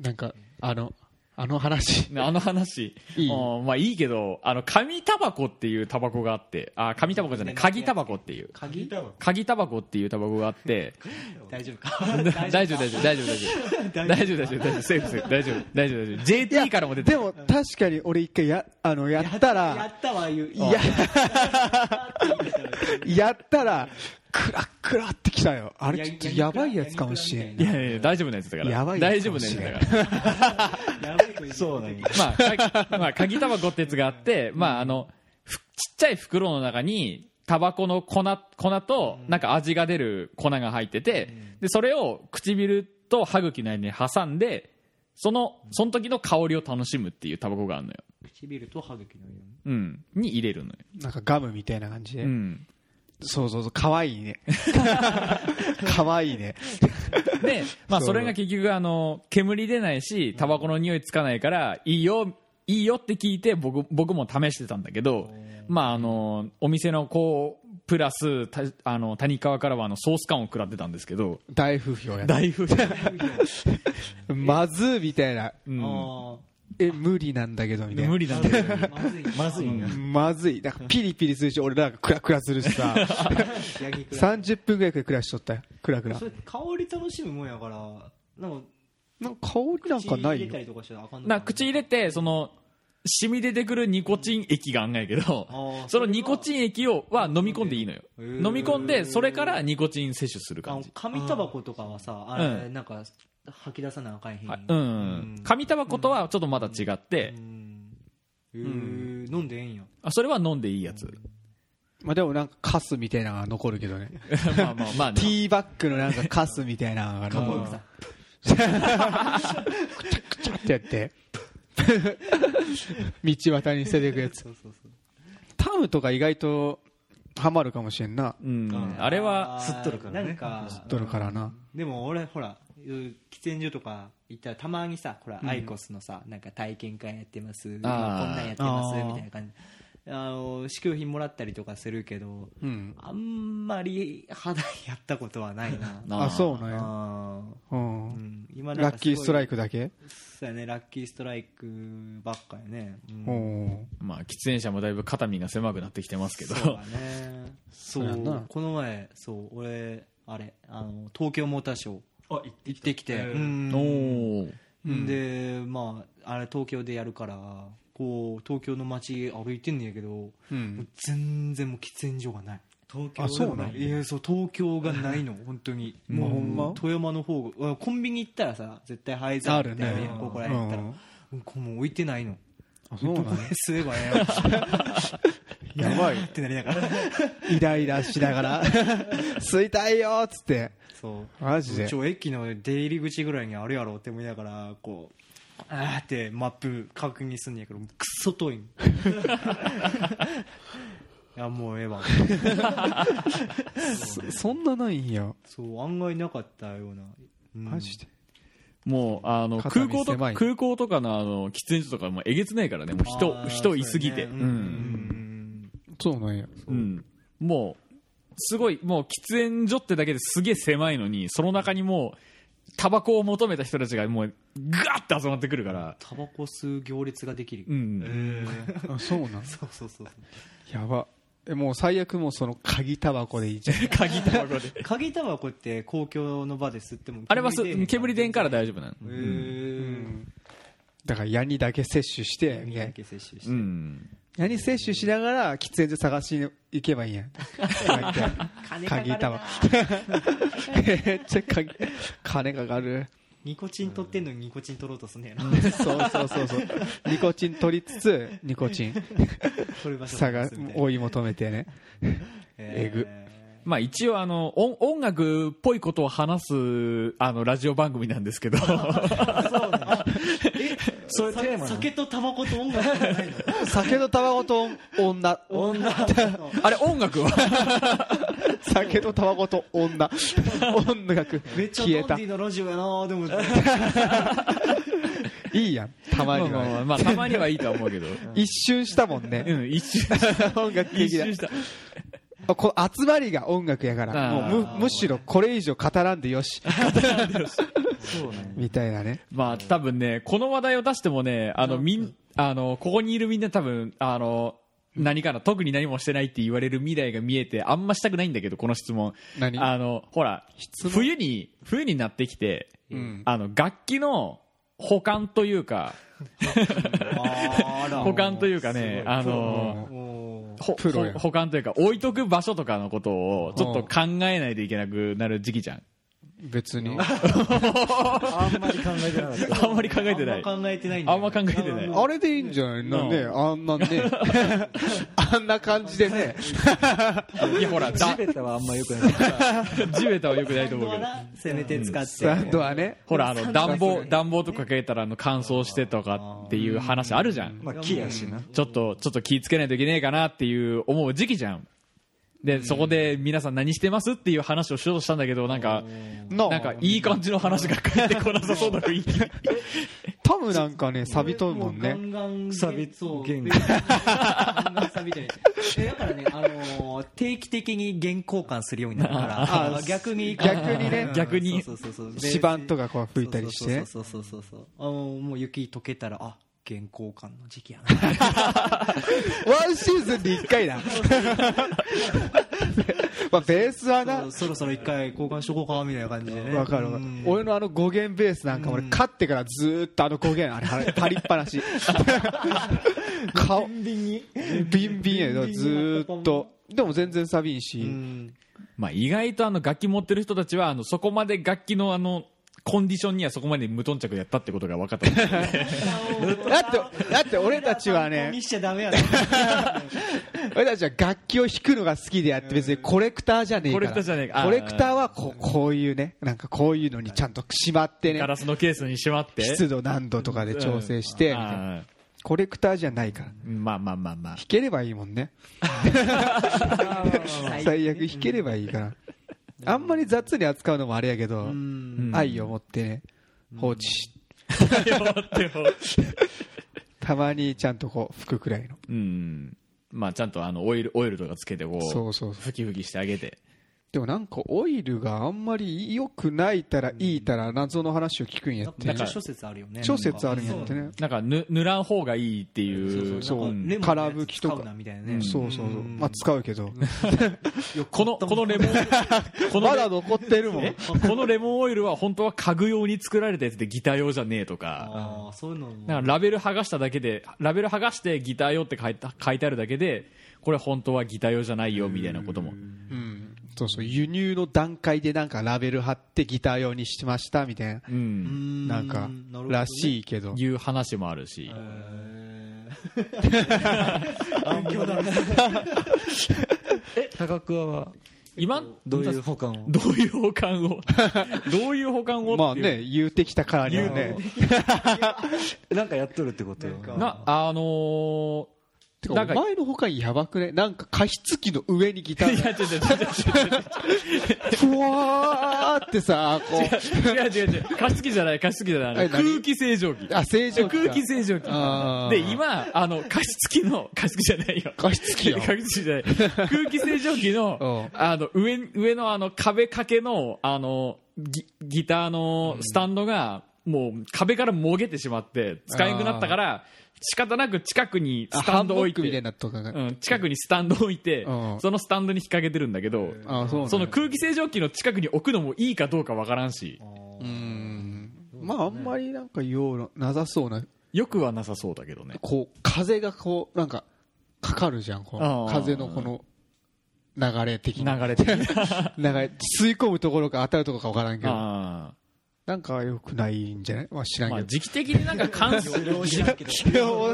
[SPEAKER 2] なんかあのあの話
[SPEAKER 1] ねあの話
[SPEAKER 2] いい
[SPEAKER 1] うんまあいいけどあの紙タバコっていうタバコがあってあ紙タバコじゃない鍵タバコっていう
[SPEAKER 4] 鍵
[SPEAKER 1] 鍵タバコっていうタバコがあって
[SPEAKER 4] 大丈夫か
[SPEAKER 1] 大丈夫大丈夫大丈夫大丈夫大丈夫大丈夫大丈夫セーフセーフ大丈夫大丈夫大丈夫 JT からも出て
[SPEAKER 2] でも確かに俺一回やあのやった
[SPEAKER 4] や
[SPEAKER 2] ら
[SPEAKER 4] ったわ言う。い
[SPEAKER 2] ややったらクラックラってきたよあれちょっとやばいやつかもしれん
[SPEAKER 1] いやいや大丈夫なやつだから
[SPEAKER 2] やばいや
[SPEAKER 1] 大
[SPEAKER 2] つ
[SPEAKER 1] 丈
[SPEAKER 2] か
[SPEAKER 1] 夫
[SPEAKER 2] も
[SPEAKER 1] なやつ
[SPEAKER 2] し
[SPEAKER 1] だ
[SPEAKER 2] れん
[SPEAKER 1] から
[SPEAKER 4] やばいこと言
[SPEAKER 3] そう
[SPEAKER 4] ね。
[SPEAKER 3] なんや
[SPEAKER 1] まあかま あ鍵タバコってやつがあってまああのふちっちゃい袋の中にタバコの粉粉となんか味が出る粉が入っててでそれを唇と歯茎の間に挟んでそのその時の香りを楽しむっていうタバコがあるのよ、
[SPEAKER 4] 唇と歯茎の色。
[SPEAKER 1] うん、に入れるのよ、
[SPEAKER 2] なんかガムみたいな感じで、
[SPEAKER 1] うん、
[SPEAKER 2] そうそうそう可愛いね可愛いね
[SPEAKER 1] で、まあ、
[SPEAKER 2] そう
[SPEAKER 1] それが結局あの煙出ないしタバコの匂いつかないからいいよいいよって聞いて僕僕も試してたんだけど、まあ、あのお店の子プラスたあの谷川からはあのソース感を食らってたんですけど
[SPEAKER 2] 大不評やな
[SPEAKER 1] 大風
[SPEAKER 2] まずーみたいな
[SPEAKER 1] うん
[SPEAKER 4] あ
[SPEAKER 2] え無理なんだけどみたいな
[SPEAKER 1] 無理なんだよ ね
[SPEAKER 4] まずいな。
[SPEAKER 2] まずいだからピリピリするし俺らがクラクラするしさ
[SPEAKER 4] ヤギクラ
[SPEAKER 2] 30分ぐらいでクラしとったよクラクラ
[SPEAKER 4] それ香り楽しむもんやから、なんか、
[SPEAKER 2] なんか香りなんかな
[SPEAKER 4] 口入
[SPEAKER 2] い
[SPEAKER 4] れ
[SPEAKER 2] よ
[SPEAKER 4] たりとかしたらあかんのか
[SPEAKER 1] な口入れてその染み出てくるニコチン液があんがやけど
[SPEAKER 4] あー
[SPEAKER 1] そのニコチン液をは飲み込んでいいのよ
[SPEAKER 4] へー
[SPEAKER 1] 飲み込んでそれからニコチン摂取する
[SPEAKER 4] あ
[SPEAKER 1] 感じ
[SPEAKER 4] 紙タバコとかはさ、あれ、
[SPEAKER 1] う
[SPEAKER 4] なんか、吐き出さなあかんへん。
[SPEAKER 1] はいうん紙タバコとはちょっとまた違って
[SPEAKER 4] うん。へー飲んでええんや。
[SPEAKER 1] あそれは飲んでいいやつ
[SPEAKER 2] まあでもなんかカスみたいなのが残るけどね
[SPEAKER 1] まあまあまあ
[SPEAKER 2] テ
[SPEAKER 1] ね
[SPEAKER 2] ィーバッグのなんかカスみたいなのが 残る
[SPEAKER 4] さ
[SPEAKER 2] ちょっとやって 道端に捨てていくやつ
[SPEAKER 4] そうそうそう。
[SPEAKER 2] タムとか意外とハマるかもしれんな
[SPEAKER 1] うんあれは
[SPEAKER 4] ー
[SPEAKER 3] 吸っとるからね
[SPEAKER 4] なんか、吸
[SPEAKER 2] どるからな
[SPEAKER 4] でも俺ほら喫煙所とか行ったらたまにさほら、アイコスのさなんか体験会やってます今こんなんやってます
[SPEAKER 2] あー
[SPEAKER 4] みたいな感じあの試供品もらったりとかするけど、
[SPEAKER 2] うん
[SPEAKER 4] あんまり肌やったことはないな
[SPEAKER 1] あー
[SPEAKER 2] あそう なんや
[SPEAKER 4] あ
[SPEAKER 2] う
[SPEAKER 4] ー、うんん、今
[SPEAKER 2] ラッキーストライ
[SPEAKER 4] ク
[SPEAKER 2] クだけ
[SPEAKER 4] そうやねラッキーストライクばっかやね、うん
[SPEAKER 2] おお
[SPEAKER 1] まあ喫煙者もだいぶ肩身が狭くなってきてますけど
[SPEAKER 4] そうだねそう
[SPEAKER 2] うやな
[SPEAKER 4] この前そう俺あれあの東京モーターショー
[SPEAKER 3] あ、行っ
[SPEAKER 4] 行ってきて、うん
[SPEAKER 1] おおー
[SPEAKER 4] でまああれ東京でやるからこう東京の街歩いてんねやけど、もう全然もう喫煙所がない
[SPEAKER 3] 東京
[SPEAKER 2] あそうなん
[SPEAKER 4] いやそう東京がないの本当にもう
[SPEAKER 2] ほんま
[SPEAKER 4] 富山の方がコンビニ行ったらさ絶対灰皿
[SPEAKER 2] あ
[SPEAKER 4] み
[SPEAKER 2] る
[SPEAKER 4] た
[SPEAKER 2] ね
[SPEAKER 4] いなここら辺行ったら、
[SPEAKER 2] うん
[SPEAKER 4] うんこうもう置いてないの
[SPEAKER 2] あそうなん
[SPEAKER 4] これ吸えばええ ややばい ってなりながら
[SPEAKER 2] イライラしなが ら吸いたいよーっつって
[SPEAKER 4] そう
[SPEAKER 2] マジで
[SPEAKER 4] 一応駅の出入り口ぐらいにあるやろって思いながらこうあーってマップ確認すんねやけどもうクソ 遠いのいやもうええわ
[SPEAKER 2] そんなないんや
[SPEAKER 4] そう案外なかったような、うん
[SPEAKER 2] マジで
[SPEAKER 1] もうあの
[SPEAKER 2] 肩
[SPEAKER 1] 空
[SPEAKER 2] 身
[SPEAKER 1] 港と
[SPEAKER 2] 狭
[SPEAKER 1] か
[SPEAKER 2] い
[SPEAKER 1] 空港とかのあの喫煙所とかもえげつないからねもう人
[SPEAKER 4] あー
[SPEAKER 1] 人いすぎて
[SPEAKER 4] そううやねうん
[SPEAKER 1] ん
[SPEAKER 2] そうなんや
[SPEAKER 1] うんもうすごいもう喫煙所ってだけですげえ狭いのにその中にもうタバコを求めた人たちがもうガーッて集まってくる から
[SPEAKER 4] タバコ吸う行列ができる、
[SPEAKER 1] うん
[SPEAKER 2] あそうなん
[SPEAKER 4] そうそうそう
[SPEAKER 2] やばえもう最悪もうその鍵タバコでいいじゃん
[SPEAKER 1] 鍵タバコ で
[SPEAKER 4] 鍵タバコって公共の場で吸っても
[SPEAKER 1] あれはす
[SPEAKER 4] 出えへん
[SPEAKER 1] 煙出んから大丈夫なの
[SPEAKER 4] へ
[SPEAKER 2] だからヤニだけ摂取してみたいな
[SPEAKER 4] け摂取して、
[SPEAKER 1] うん
[SPEAKER 2] ヤニ摂取しながら喫煙所探しに行けばいいやん
[SPEAKER 4] 金かかる
[SPEAKER 2] 鍵
[SPEAKER 4] な
[SPEAKER 2] タバコめっちゃ鍵金かかる
[SPEAKER 4] ニコチン取ってんのにニコチン取ろうとすんねやな、
[SPEAKER 2] そうそうそうそうニコチン取りつつニコチン
[SPEAKER 4] 取る場所
[SPEAKER 2] 探す追い求めてねえぐ
[SPEAKER 1] まあ一応あの音音楽っぽいことを話すあのラジオ番組なんです けど
[SPEAKER 4] それ
[SPEAKER 3] テーマなの
[SPEAKER 4] 酒とタバコと音楽じゃないの
[SPEAKER 2] 酒とタバコと女
[SPEAKER 1] あれ音楽は
[SPEAKER 2] 酒とタバコと女音楽
[SPEAKER 4] めっちゃ
[SPEAKER 2] 消え
[SPEAKER 4] ト
[SPEAKER 2] た
[SPEAKER 4] ンデ
[SPEAKER 2] い
[SPEAKER 4] ィのラジオやなでも
[SPEAKER 2] いやんたま
[SPEAKER 1] まあ
[SPEAKER 2] に
[SPEAKER 1] まあま
[SPEAKER 2] は
[SPEAKER 1] あまあたまにはいいとは思うけど
[SPEAKER 2] 一瞬したもんね
[SPEAKER 1] うん一瞬
[SPEAKER 2] 音楽
[SPEAKER 1] 一
[SPEAKER 2] 的だ
[SPEAKER 1] 瞬した
[SPEAKER 2] あこう集まりが音楽やか
[SPEAKER 1] あ
[SPEAKER 2] ら
[SPEAKER 1] ー
[SPEAKER 2] もうむむしろこれ以上語らんでよし
[SPEAKER 3] そうなん
[SPEAKER 2] みたいなね
[SPEAKER 1] まあ多分ねこの話題を出してもねあのみんあのここにいるみんな多分あの何かな特に何もしてないって言われる未来が見えてあんましたくないんだけどこの質問
[SPEAKER 2] 何
[SPEAKER 1] あのほら冬に冬になってきて、あの楽器の保管というか
[SPEAKER 4] あら
[SPEAKER 1] 保管というかねあの
[SPEAKER 4] お
[SPEAKER 1] ほ
[SPEAKER 2] プロや
[SPEAKER 1] ほ保管というか置いとく場所とかのことをちょっと考えないといけなくなる時期じゃん
[SPEAKER 2] 別に
[SPEAKER 3] あんまり考えてなかった
[SPEAKER 1] あんまり考えてない
[SPEAKER 4] あんま考えてないんだ
[SPEAKER 1] あんま考えてない
[SPEAKER 2] あれでいいんじゃないなんねあんなねあんな感じでね
[SPEAKER 1] いやほら だ
[SPEAKER 3] 地べたはあんま良くない
[SPEAKER 1] 地べたはよくないと
[SPEAKER 4] 今
[SPEAKER 1] 思
[SPEAKER 4] 度
[SPEAKER 1] うけど
[SPEAKER 4] はなせめて使って
[SPEAKER 2] スタンドはね
[SPEAKER 1] ほらあの暖房暖房とかかけたらあの乾燥してとかっていう話あるじゃん
[SPEAKER 3] まあ木やしな
[SPEAKER 1] ちょっとちょっと気ぃつけないといけねえかなっていう思う時期じゃんでそこで皆さん何してますっていう話をしようとしたんだけどなんか
[SPEAKER 2] な
[SPEAKER 1] なんかいい感じの話が返ってこなさそうな雰囲気
[SPEAKER 2] タムなんかね錆びとるもん
[SPEAKER 4] うガ
[SPEAKER 2] ね
[SPEAKER 4] ンガン
[SPEAKER 3] サビ
[SPEAKER 4] そう
[SPEAKER 3] 弦
[SPEAKER 4] ガンガンサビてるえだからねあのー定期的に弦交換するようになるから
[SPEAKER 2] あ
[SPEAKER 4] 逆に
[SPEAKER 2] 逆にね
[SPEAKER 4] うん
[SPEAKER 1] 逆に
[SPEAKER 4] そうそうそうそう
[SPEAKER 2] 指板とかこう吹いたりしてね
[SPEAKER 4] そうそうそうそうそうそうそうそうあのーもう雪溶けたらあ現行感の時期やな
[SPEAKER 2] ワンシーズンに1回な まあベースはな
[SPEAKER 4] そうそろそろ一回交換しとこうかみたいな感じでね
[SPEAKER 2] わかるわかる
[SPEAKER 4] うん
[SPEAKER 2] 俺のあの5弦ベースなんか俺勝ってからずーっとあの5弦あれあれパリっぱ なし顔
[SPEAKER 3] ビンに
[SPEAKER 2] ビンビンやでずーっとでも全然サビんし、
[SPEAKER 4] うん
[SPEAKER 1] まあ、意外とあの楽器持ってる人たちはあのそこまで楽器のあのコンディションにはそこまで無頓着やったってことが分かったんですよね
[SPEAKER 2] だってだって俺たちはね
[SPEAKER 4] 見しちゃ ダメや
[SPEAKER 2] 俺たちは楽器を弾くのが好きでやって別にコレクターじゃねえ
[SPEAKER 1] コ
[SPEAKER 2] から
[SPEAKER 1] レクターじゃねえかあー
[SPEAKER 2] コレクターはこうこういうねなんかこういうのにちゃんとしまってね
[SPEAKER 1] ガラスのケースにしまって
[SPEAKER 2] 湿度何度とかで調整して、みたいな
[SPEAKER 1] あ
[SPEAKER 2] コレクターじゃないから
[SPEAKER 1] ーまあまあまあまあ
[SPEAKER 2] 弾ければいいもんね最悪弾ければいいからあんまり雑に扱うのもあれやけど、
[SPEAKER 4] うん
[SPEAKER 2] 愛を持ってね放置し
[SPEAKER 1] でも
[SPEAKER 2] たまにちゃんとこう拭くくらいの
[SPEAKER 1] うんまあちゃんとあのオイルオイルとかつけてこう
[SPEAKER 2] そうそうそう
[SPEAKER 1] ふきふきしてあげて
[SPEAKER 2] でもなんかオイルがあんまり良くないたらいいたら謎の話を聞くんやって
[SPEAKER 4] なんか諸説あるよね
[SPEAKER 2] 諸説あるんやってね
[SPEAKER 1] なんかぬ塗らん方がいいっていう
[SPEAKER 2] そう
[SPEAKER 1] うん
[SPEAKER 2] レモン
[SPEAKER 4] 空
[SPEAKER 2] 空拭きとか
[SPEAKER 4] みたいな
[SPEAKER 1] う
[SPEAKER 4] ね
[SPEAKER 1] ん
[SPEAKER 2] そうそうそう
[SPEAKER 4] うん
[SPEAKER 2] まあ使うけど
[SPEAKER 1] このこのレモンこの
[SPEAKER 2] ま
[SPEAKER 1] レ
[SPEAKER 2] だ残ってるも ん
[SPEAKER 1] このレモンオイルは本当は家具用に作られたやつでギター用じゃねえとか
[SPEAKER 4] ああそういうのも
[SPEAKER 1] なんかラベル剥がしただけでラベル剥がしてギター用って書いた書いてあるだけでこれ本当はギター用じゃないよみたいなことも
[SPEAKER 2] うんそうそう輸入の段階でなんかラベル貼ってギター用にしましたみたいな
[SPEAKER 1] う
[SPEAKER 4] うんん
[SPEAKER 2] なんかららしいけど
[SPEAKER 1] いう話もあるし
[SPEAKER 4] 勉強だね
[SPEAKER 3] 高桑は
[SPEAKER 1] 今
[SPEAKER 3] どういう保管を
[SPEAKER 1] どういう保管を どういう保管を
[SPEAKER 2] まあ
[SPEAKER 1] っていう
[SPEAKER 2] ね言うてきたからにはね
[SPEAKER 3] なんかやっとるってことよ
[SPEAKER 1] なあの
[SPEAKER 2] て
[SPEAKER 1] な
[SPEAKER 2] か
[SPEAKER 1] んか
[SPEAKER 2] お前のほかにやばくねなんか加湿器の上にギタ
[SPEAKER 1] ー、い
[SPEAKER 2] ー
[SPEAKER 1] や違う
[SPEAKER 2] ふわーってさこう
[SPEAKER 1] 違う違う違う違う違う加湿器じゃない加湿器じゃないあの
[SPEAKER 2] え何
[SPEAKER 1] 空気清浄機
[SPEAKER 2] あ正常
[SPEAKER 1] 空気清浄機
[SPEAKER 2] あー
[SPEAKER 1] で今あの加湿器の加湿器じゃないよ
[SPEAKER 2] 加湿器 よ
[SPEAKER 1] 加湿器じゃない空気清浄機の
[SPEAKER 2] う
[SPEAKER 1] あの上上のあの壁掛けのあのギギターのスタンドが、もう壁からもげてしまって使えなくなったから仕方なく近くにスタンド置い
[SPEAKER 2] あハンモックみた
[SPEAKER 1] て
[SPEAKER 2] いなとかが
[SPEAKER 1] うん、近くにスタンド置いて、
[SPEAKER 2] うん
[SPEAKER 1] そのスタンドに引っ掛けてるんだけど、
[SPEAKER 2] あそうなんや
[SPEAKER 1] その空気清浄機の近くに置くのもいいかどうかわからんし、
[SPEAKER 2] うんまああんまりなんか用のなさそうな
[SPEAKER 1] よくはなさそうだけどね。
[SPEAKER 2] こう風がこうなんかかかるじゃんこ
[SPEAKER 1] あ
[SPEAKER 2] の
[SPEAKER 1] ー
[SPEAKER 2] 風のこの流れ的
[SPEAKER 1] 流
[SPEAKER 2] な
[SPEAKER 1] れて る。
[SPEAKER 2] 流れ吸い込むところか当たるところか分からんけど
[SPEAKER 1] あ
[SPEAKER 2] なんか良くないんじゃないまあ知ら
[SPEAKER 1] ー
[SPEAKER 2] ん
[SPEAKER 1] まあ、
[SPEAKER 2] けど
[SPEAKER 1] 時期的になんか乾 燥、
[SPEAKER 2] いや俺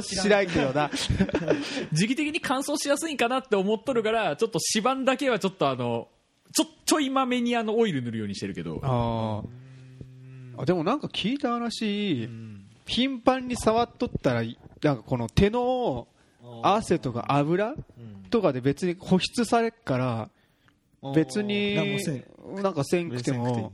[SPEAKER 2] 知らんけどな
[SPEAKER 1] 時期的に乾燥しやすいんかなって思っとるから、ちょっと指板だけはちょっとあの、ちょ、ちょいまめにあのオイル塗るようにしてるけど、
[SPEAKER 2] あーあでもなんか聞いた話、頻繁に触っとったらなんかこの手の汗とか油とかで別に保湿されっから別
[SPEAKER 3] なん
[SPEAKER 2] に
[SPEAKER 3] もせん
[SPEAKER 2] なんかせんくても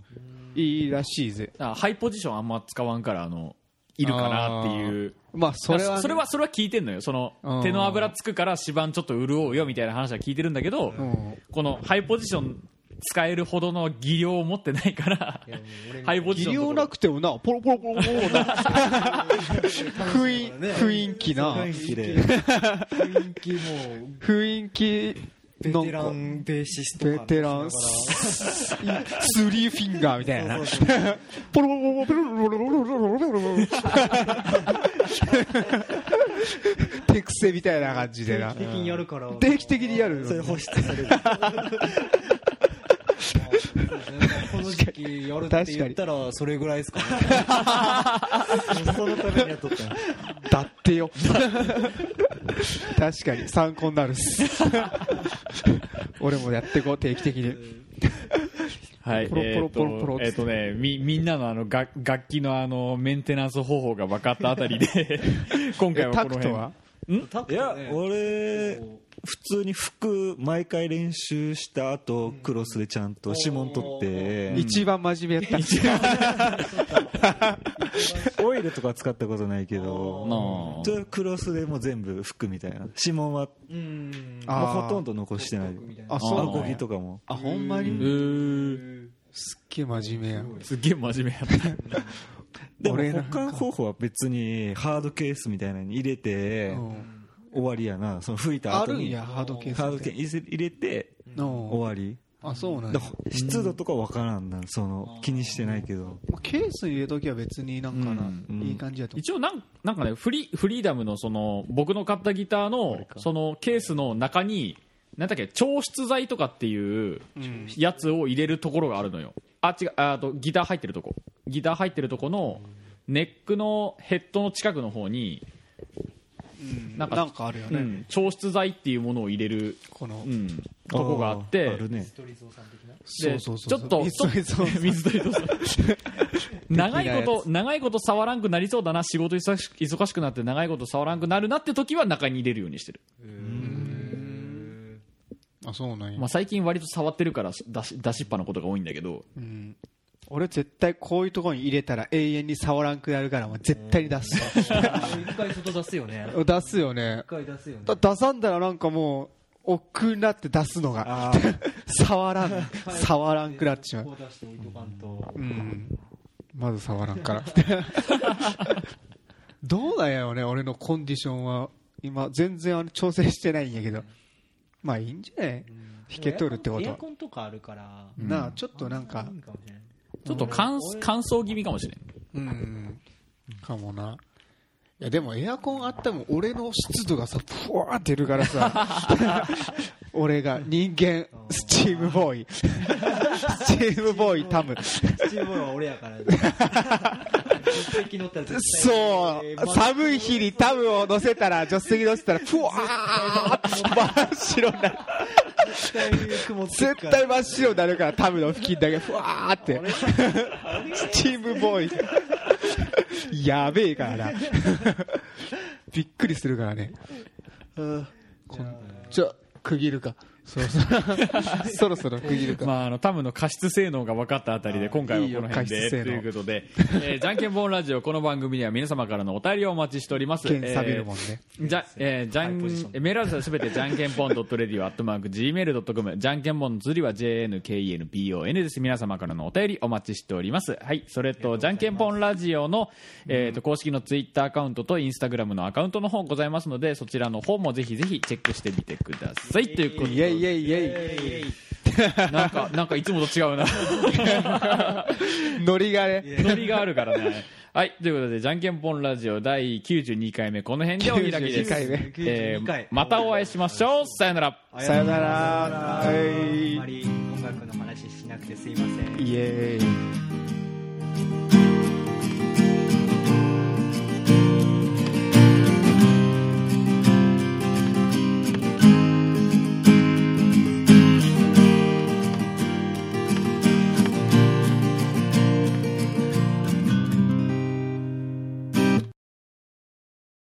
[SPEAKER 2] いいらしいぜ
[SPEAKER 1] あハイポジションあんま使わんから、あの、いるかなっていう。
[SPEAKER 2] まあそれはね、
[SPEAKER 1] それはそれは聞いてんのよその
[SPEAKER 2] うん
[SPEAKER 1] 手の油つくから指板ちょっと潤うよみたいな話は聞いてるんだけど、
[SPEAKER 2] ん
[SPEAKER 1] このハイポジション使えるほどの技量を持ってないからハイポジシ
[SPEAKER 2] 技
[SPEAKER 1] ョン
[SPEAKER 2] 量
[SPEAKER 1] の
[SPEAKER 2] な
[SPEAKER 1] とこ
[SPEAKER 2] くてもなポロポロポロポロな雰囲雰囲気な
[SPEAKER 3] 雰囲気で
[SPEAKER 4] 雰囲気もう
[SPEAKER 2] 雰囲気
[SPEAKER 4] ベ
[SPEAKER 2] なん
[SPEAKER 4] テラ
[SPEAKER 2] か
[SPEAKER 4] ンベーシスト
[SPEAKER 2] ベテランスリーフィンガーみたいなポロポロポロポロポロポロポロポロポロ手癖みたいな感じでな
[SPEAKER 4] 定期的にやるから
[SPEAKER 2] 定期的にやる
[SPEAKER 4] それ保湿されるこの時期やるって言ったらそれぐらいですかねそのためにやっとったの
[SPEAKER 2] だってよ確かに参考になるっす俺もやってこう定期的に
[SPEAKER 1] はい
[SPEAKER 2] ポロ
[SPEAKER 1] えー
[SPEAKER 2] ポロポロポロ
[SPEAKER 1] とえーとねみみんなのあのが楽器のあのメンテナンス方法が分かったあたり で今回
[SPEAKER 2] え
[SPEAKER 1] は
[SPEAKER 2] タ
[SPEAKER 1] この
[SPEAKER 2] ク
[SPEAKER 1] 辺
[SPEAKER 2] トは
[SPEAKER 4] タク
[SPEAKER 3] い
[SPEAKER 4] ト
[SPEAKER 3] や
[SPEAKER 4] ね
[SPEAKER 3] 俺普通に服毎回練習した後クロスでちゃんと指紋取って
[SPEAKER 2] 一番真面目やった
[SPEAKER 3] オイルとか使ったことないけ
[SPEAKER 1] な
[SPEAKER 3] ど
[SPEAKER 1] あ
[SPEAKER 3] ちょクロスでもう全部服みたいな指紋は
[SPEAKER 4] うん
[SPEAKER 2] あ
[SPEAKER 3] もう
[SPEAKER 2] ー
[SPEAKER 3] ほとんど残してない
[SPEAKER 2] あそう
[SPEAKER 3] ア
[SPEAKER 2] な
[SPEAKER 3] コ
[SPEAKER 2] ん
[SPEAKER 3] ギ
[SPEAKER 2] や
[SPEAKER 3] とかも
[SPEAKER 2] あほんまに
[SPEAKER 1] うー
[SPEAKER 2] すっげえ真面目やん
[SPEAKER 1] すっげえ真面目やった
[SPEAKER 3] で
[SPEAKER 2] 俺なん
[SPEAKER 3] も保
[SPEAKER 2] か
[SPEAKER 3] 管方法は別にハードケースみたいなのに入れて、
[SPEAKER 2] うん
[SPEAKER 3] 終わりやなその吹いた
[SPEAKER 2] あ
[SPEAKER 3] 後
[SPEAKER 2] るん
[SPEAKER 3] に
[SPEAKER 2] やハードケース
[SPEAKER 3] ハード
[SPEAKER 2] って
[SPEAKER 3] ケース入れて
[SPEAKER 2] うん
[SPEAKER 3] 終わり
[SPEAKER 2] あそうなん
[SPEAKER 3] だ
[SPEAKER 2] や
[SPEAKER 3] から湿度とかわからんなその気にしてないけど
[SPEAKER 2] まあケースに入れときは別になんかな
[SPEAKER 3] うん
[SPEAKER 2] いい感じやと思
[SPEAKER 1] 一応なんなんかねフリフリーダムのその僕の買ったギターのそのケースの中になんだっけ調湿剤とかっていうやつを入れるところがあるのよあ違うああとギター入ってるとこギター入ってるとこのネックのヘッドの近くの方に、
[SPEAKER 2] う
[SPEAKER 1] な
[SPEAKER 2] なんん
[SPEAKER 1] か
[SPEAKER 2] かなんかあるよ
[SPEAKER 1] う
[SPEAKER 2] ね
[SPEAKER 1] ん、調湿剤っていうものを入れる、
[SPEAKER 2] この
[SPEAKER 1] うん、とこがあって
[SPEAKER 3] あーあるね
[SPEAKER 2] そうそうそう
[SPEAKER 1] ちょっと
[SPEAKER 2] 水鳥
[SPEAKER 1] ちょっと水鳥と長いこと長いこと触らんくなりそうだな仕事忙し忙しくなって長いこと触らんくなるなって時は中に入れるようにしてる、
[SPEAKER 2] あそうなんや
[SPEAKER 1] まあ、最近割と触ってるから出し出しっぱのことが多いんだけど
[SPEAKER 2] うん俺絶対こういうところに入れたら永遠に触らんくなるからもう絶対に出す
[SPEAKER 4] 一回外出すよね。
[SPEAKER 2] 出すよね
[SPEAKER 4] 一回出すよね。
[SPEAKER 2] だ出さんだらなんかもう億劫になって出すのが
[SPEAKER 3] あー
[SPEAKER 2] 触らん触らんくなってしまう
[SPEAKER 4] こう出して置いとかんと。
[SPEAKER 2] うんまず触らん からどうなんやろうね俺のコンディションは今全然あの調整してないんやけどまあいいんじゃない引け取るってこ
[SPEAKER 4] エ
[SPEAKER 2] と
[SPEAKER 4] ア
[SPEAKER 2] は
[SPEAKER 4] コンとかあるから。
[SPEAKER 2] なあちょっとなんか
[SPEAKER 4] いいかもしれない
[SPEAKER 1] ちょっと乾乾燥気味かもしれん
[SPEAKER 2] うんかもないやでもエアコンあっても俺の湿度がさふわー出るからさ 俺が人間スチームボ ーイスチームボーイタム
[SPEAKER 4] スチームボールは俺やから。絶対気乗ったら絶対
[SPEAKER 2] そう、寒い日にタムを乗せたら、助手席乗せたら、ふわー真っ白になる。
[SPEAKER 4] 絶対曇ってっ
[SPEAKER 2] 絶
[SPEAKER 4] から
[SPEAKER 2] 対真っ白になるから、タムの付近だけ、ふわーって。スチームボーイ。やべえからな。びっくりするからね。こんちょ、区切るか。そろそろ、そろそろ区切るか。
[SPEAKER 1] まあ、あのタムの過失性能が分かったあたりで今回はこの辺
[SPEAKER 2] いい
[SPEAKER 1] で
[SPEAKER 2] よ過失性能
[SPEAKER 1] ということで、えーじゃんけんぽんラジオこの番組では皆様からのお便りをお待ちしております
[SPEAKER 2] 剣錆びるもんね
[SPEAKER 1] えーじゃ、えーじゃん、えーメールアドレスはすべてじゃんけんぽん .radio.gmail.com じゃんけんぽんの釣りは jnkenpon です皆様からのお便りお待ちしておりますはいそれとじゃんけんぽんラジオの、えー、と公式のツイッターアカウントとインスタグラムのアカウントの方ございますのでそちらの方もぜひぜひチェックしてみてくださいということで
[SPEAKER 2] イェイイェイイェイ。
[SPEAKER 1] なんか、なんかいつもと違 うな。
[SPEAKER 2] ノリがね。
[SPEAKER 1] ノリがあるからね。はい、ということで、じゃんけんぽんラジオ第92回目、この辺でお開きです。
[SPEAKER 2] 92回目
[SPEAKER 1] え
[SPEAKER 4] 92
[SPEAKER 1] ー
[SPEAKER 4] 回、
[SPEAKER 1] またお会いしましょう。さよなら。
[SPEAKER 2] さよなら。は
[SPEAKER 4] あん
[SPEAKER 2] い
[SPEAKER 4] ま。り音楽の話しなくてすいません。
[SPEAKER 2] イエーイ